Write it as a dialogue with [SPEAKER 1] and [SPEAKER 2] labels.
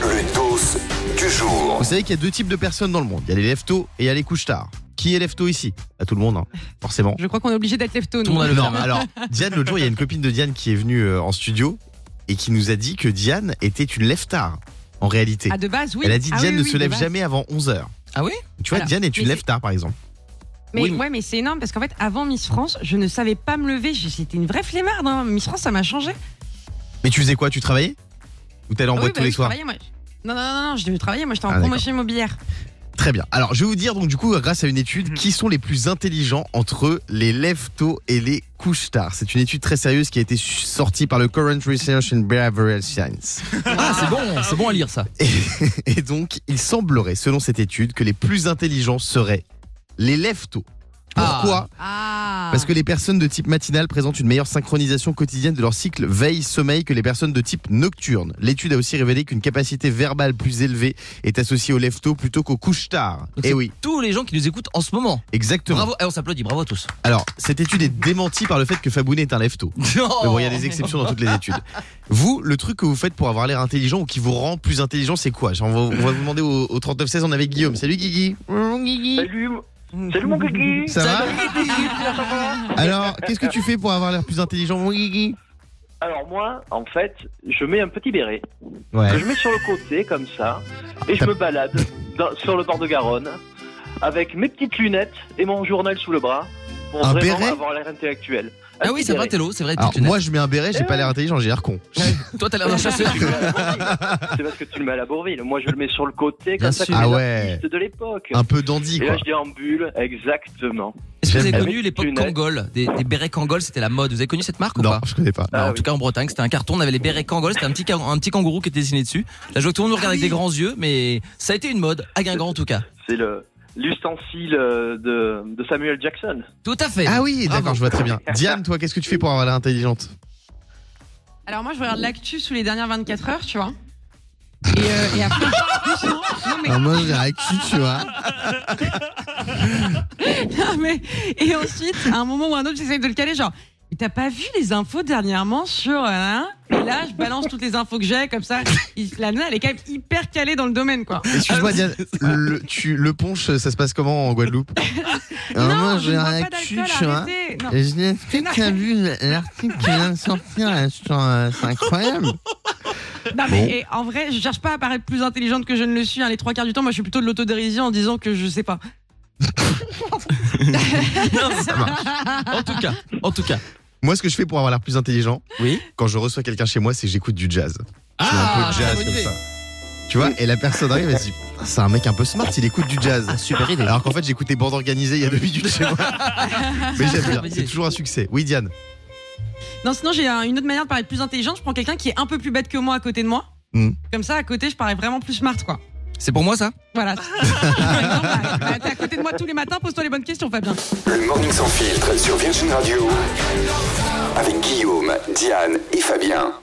[SPEAKER 1] Le dos du jour.
[SPEAKER 2] Vous savez qu'il y a deux types de personnes dans le monde. Il y a les leftos et il y a les couches tard. Qui est lefto ici À tout le monde, hein, forcément.
[SPEAKER 3] Je crois qu'on est obligé d'être lefto, nous.
[SPEAKER 2] Non, alors, Diane, l'autre jour, il y a une copine de Diane qui est venue euh, en studio et qui nous a dit que Diane était une leftard, en réalité.
[SPEAKER 3] Ah, de base, oui.
[SPEAKER 2] Elle a dit
[SPEAKER 3] Ah
[SPEAKER 2] Diane
[SPEAKER 3] oui,
[SPEAKER 2] ne
[SPEAKER 3] oui,
[SPEAKER 2] se
[SPEAKER 3] de
[SPEAKER 2] lève
[SPEAKER 3] base.
[SPEAKER 2] jamais avant 11h.
[SPEAKER 4] Ah oui
[SPEAKER 2] Tu vois,
[SPEAKER 3] Alors,
[SPEAKER 2] Diane est une
[SPEAKER 3] mais-
[SPEAKER 2] leftard, par exemple.
[SPEAKER 3] Mais
[SPEAKER 4] Oui, mais-
[SPEAKER 3] ouais, mais c'est énorme parce qu'en fait, avant Miss France, je ne savais pas me lever. J'ai- J'étais une vraie flemmarde. hein. Miss France, ça m'a changé.
[SPEAKER 2] Mais tu faisais quoi Tu travaillais Ou t'allais en
[SPEAKER 3] Ah oui,
[SPEAKER 2] boîte
[SPEAKER 3] bah
[SPEAKER 2] tous
[SPEAKER 3] oui,
[SPEAKER 2] les
[SPEAKER 3] je
[SPEAKER 2] soirs
[SPEAKER 3] travaillais, moi. Non, non, non, non, je devais travailler. Moi, j'étais en
[SPEAKER 2] Ah, d'accord.
[SPEAKER 3] promotion immobilière.
[SPEAKER 2] Très bien. Alors, je vais vous dire, donc, du coup, grâce à une
[SPEAKER 4] Mhm.
[SPEAKER 2] étude, qui sont les plus intelligents entre les lève-tôt et les couches tard C'est une étude très sérieuse qui a été su- sortie par le Current Research in Behavioral Science.
[SPEAKER 4] Ah, c'est bon, c'est bon à lire ça.
[SPEAKER 2] Et, et donc, il semblerait, selon cette étude, que les plus intelligents seraient les lève-tôt.
[SPEAKER 4] Ah.
[SPEAKER 2] Pourquoi
[SPEAKER 3] Ah.
[SPEAKER 2] Parce que les personnes de type matinal présentent une meilleure synchronisation quotidienne de leur cycle veille-sommeil que les personnes de type nocturne. L'étude a aussi révélé qu'une capacité verbale plus élevée est associée aux lève-tôt plutôt qu'aux couches tard.
[SPEAKER 4] Donc,
[SPEAKER 2] Eh
[SPEAKER 4] c'est
[SPEAKER 2] oui,
[SPEAKER 4] Tous les gens qui nous écoutent en ce moment.
[SPEAKER 2] exactement.
[SPEAKER 4] Bravo, Eh, on s'applaudit, bravo à tous.
[SPEAKER 2] Alors, cette étude est démentie par le fait que Fabounet est un lève-tôt. Mais bon, il y
[SPEAKER 4] Oh.
[SPEAKER 2] a des exceptions dans toutes les études. Vous, le truc que vous faites pour avoir l'air intelligent ou qui vous rend plus intelligent, c'est quoi Genre, on, va, on va vous demander au, au 3916, on est avec Guillaume. Salut Guigui
[SPEAKER 5] Salut, salut mon kiki
[SPEAKER 2] Ça va Alors, qu'est-ce que tu fais pour avoir l'air plus intelligent, mon Guigui
[SPEAKER 5] Alors moi, en fait, je mets un petit béret que
[SPEAKER 2] Ouais. Ah,
[SPEAKER 5] je mets sur le côté comme ça, et je
[SPEAKER 2] T'as-
[SPEAKER 5] me balade dans- sur le bord de Garonne avec mes petites lunettes et mon journal sous le bras pour
[SPEAKER 2] Un
[SPEAKER 5] vraiment
[SPEAKER 2] béret
[SPEAKER 5] avoir l'air intellectuel. Un
[SPEAKER 4] Ah oui,
[SPEAKER 5] petit
[SPEAKER 4] c'est vrai,
[SPEAKER 5] béret.
[SPEAKER 4] Tello, c'est vrai.
[SPEAKER 2] Alors,
[SPEAKER 4] tu- tu-
[SPEAKER 2] moi, je mets un béret, j'ai pas l'air intelligent, j'ai l'air con.
[SPEAKER 4] Toi, t'as l'air d'un chasseur.
[SPEAKER 5] Tu le mets à Bourville. C'est parce que tu le mets à la Bourville. Moi, je le mets sur le côté
[SPEAKER 4] Bien
[SPEAKER 5] comme ça.
[SPEAKER 4] sûr.
[SPEAKER 5] comme
[SPEAKER 2] Ah
[SPEAKER 5] les
[SPEAKER 2] ouais.
[SPEAKER 5] artistes de l'époque.
[SPEAKER 2] Un peu dandy,
[SPEAKER 5] Et là,
[SPEAKER 2] quoi.
[SPEAKER 5] je déambule, exactement.
[SPEAKER 4] Est-ce que vous avez
[SPEAKER 5] J'aime
[SPEAKER 4] connu
[SPEAKER 5] bien.
[SPEAKER 4] l'époque
[SPEAKER 5] Lunettes.
[SPEAKER 4] Kangol des, des bérets Kangol, c'était la mode. Vous avez connu cette marque ou
[SPEAKER 2] Non,
[SPEAKER 4] pas
[SPEAKER 2] je connais pas.
[SPEAKER 5] Ah
[SPEAKER 4] en
[SPEAKER 5] oui.
[SPEAKER 4] tout cas en Bretagne, c'était un carton, on avait les bérets Kangol, c'était un petit, ca- un petit kangourou qui était dessiné dessus. Là, je vois que tout le monde nous
[SPEAKER 2] Ah
[SPEAKER 4] regarde avec des grands yeux, mais ça a été une mode, à Guingamp en tout cas.
[SPEAKER 5] C'est le l'ustensile euh, de, de Samuel Jackson.
[SPEAKER 4] Tout à fait.
[SPEAKER 2] Ah oui,
[SPEAKER 4] Bravo.
[SPEAKER 2] d'accord, je vois très bien. Diane, toi, qu'est-ce que tu fais pour avoir l'air intelligente
[SPEAKER 3] Alors moi, je regarde l'actu sous les dernières 24 heures, tu vois. Et, euh, et après, non, non, mais,
[SPEAKER 2] Ah, Moi, j'ai acquis, tu vois.
[SPEAKER 3] non, mais- et ensuite, à un moment ou à un autre, j'essaye de le caler, genre, mais t'as pas vu les infos dernièrement sur hein Et là, je balance toutes les infos que j'ai, comme ça. il- La nana, elle est quand même hyper calée dans le domaine, quoi.
[SPEAKER 2] Excuse-moi, Diane, le, tu, le punch, ça se passe comment en Guadeloupe Alors, Euh, moi,
[SPEAKER 3] ne
[SPEAKER 2] j'ai
[SPEAKER 3] bois
[SPEAKER 2] un
[SPEAKER 3] pas
[SPEAKER 2] actu,
[SPEAKER 3] d'alcool,
[SPEAKER 2] tu vois.
[SPEAKER 3] arrêtez. Non.
[SPEAKER 2] Et je dis, est-ce que tu as vu l'article qui vient de sortir là, sur, euh, C'est incroyable.
[SPEAKER 3] Non, mais et en vrai, je cherche pas à paraître plus intelligente que je ne le suis. hein. Les trois quarts du temps, moi, je suis plutôt de l'autodérision en disant que je sais pas.
[SPEAKER 4] Non, ça marche. En tout cas, en tout cas.
[SPEAKER 2] Moi, ce que je fais pour avoir l'air plus intelligent,
[SPEAKER 4] Oui.
[SPEAKER 2] quand je reçois quelqu'un chez moi, c'est que j'écoute du jazz. Je fais un peu de
[SPEAKER 4] très
[SPEAKER 2] jazz
[SPEAKER 4] Ah, bonne
[SPEAKER 2] comme
[SPEAKER 4] idée.
[SPEAKER 2] ça. Tu vois, et la personne arrive et se dit, Putain, c'est un mec un peu smart, il écoute du jazz.
[SPEAKER 4] super idée.
[SPEAKER 2] Alors qu'en fait, j'écoutais Bande Organisée il y a deux minutes chez moi. Mais j'aime bien, c'est toujours un succès. Oui, Diane.
[SPEAKER 3] Non, sinon j'ai un- une autre manière de paraître plus intelligente. Je prends quelqu'un qui est un peu plus bête que moi à côté de moi.
[SPEAKER 2] Hmm.
[SPEAKER 3] Comme ça, à côté, je parais vraiment plus smart, quoi.
[SPEAKER 4] C'est pour moi ça
[SPEAKER 3] Voilà. Maintenant, bah, bah, T'es à côté de moi tous les matins, pose-toi les bonnes questions, Fabien.
[SPEAKER 1] Le morning sans filtre sur Virgin Radio. Avec Guillaume, Diane et Fabien.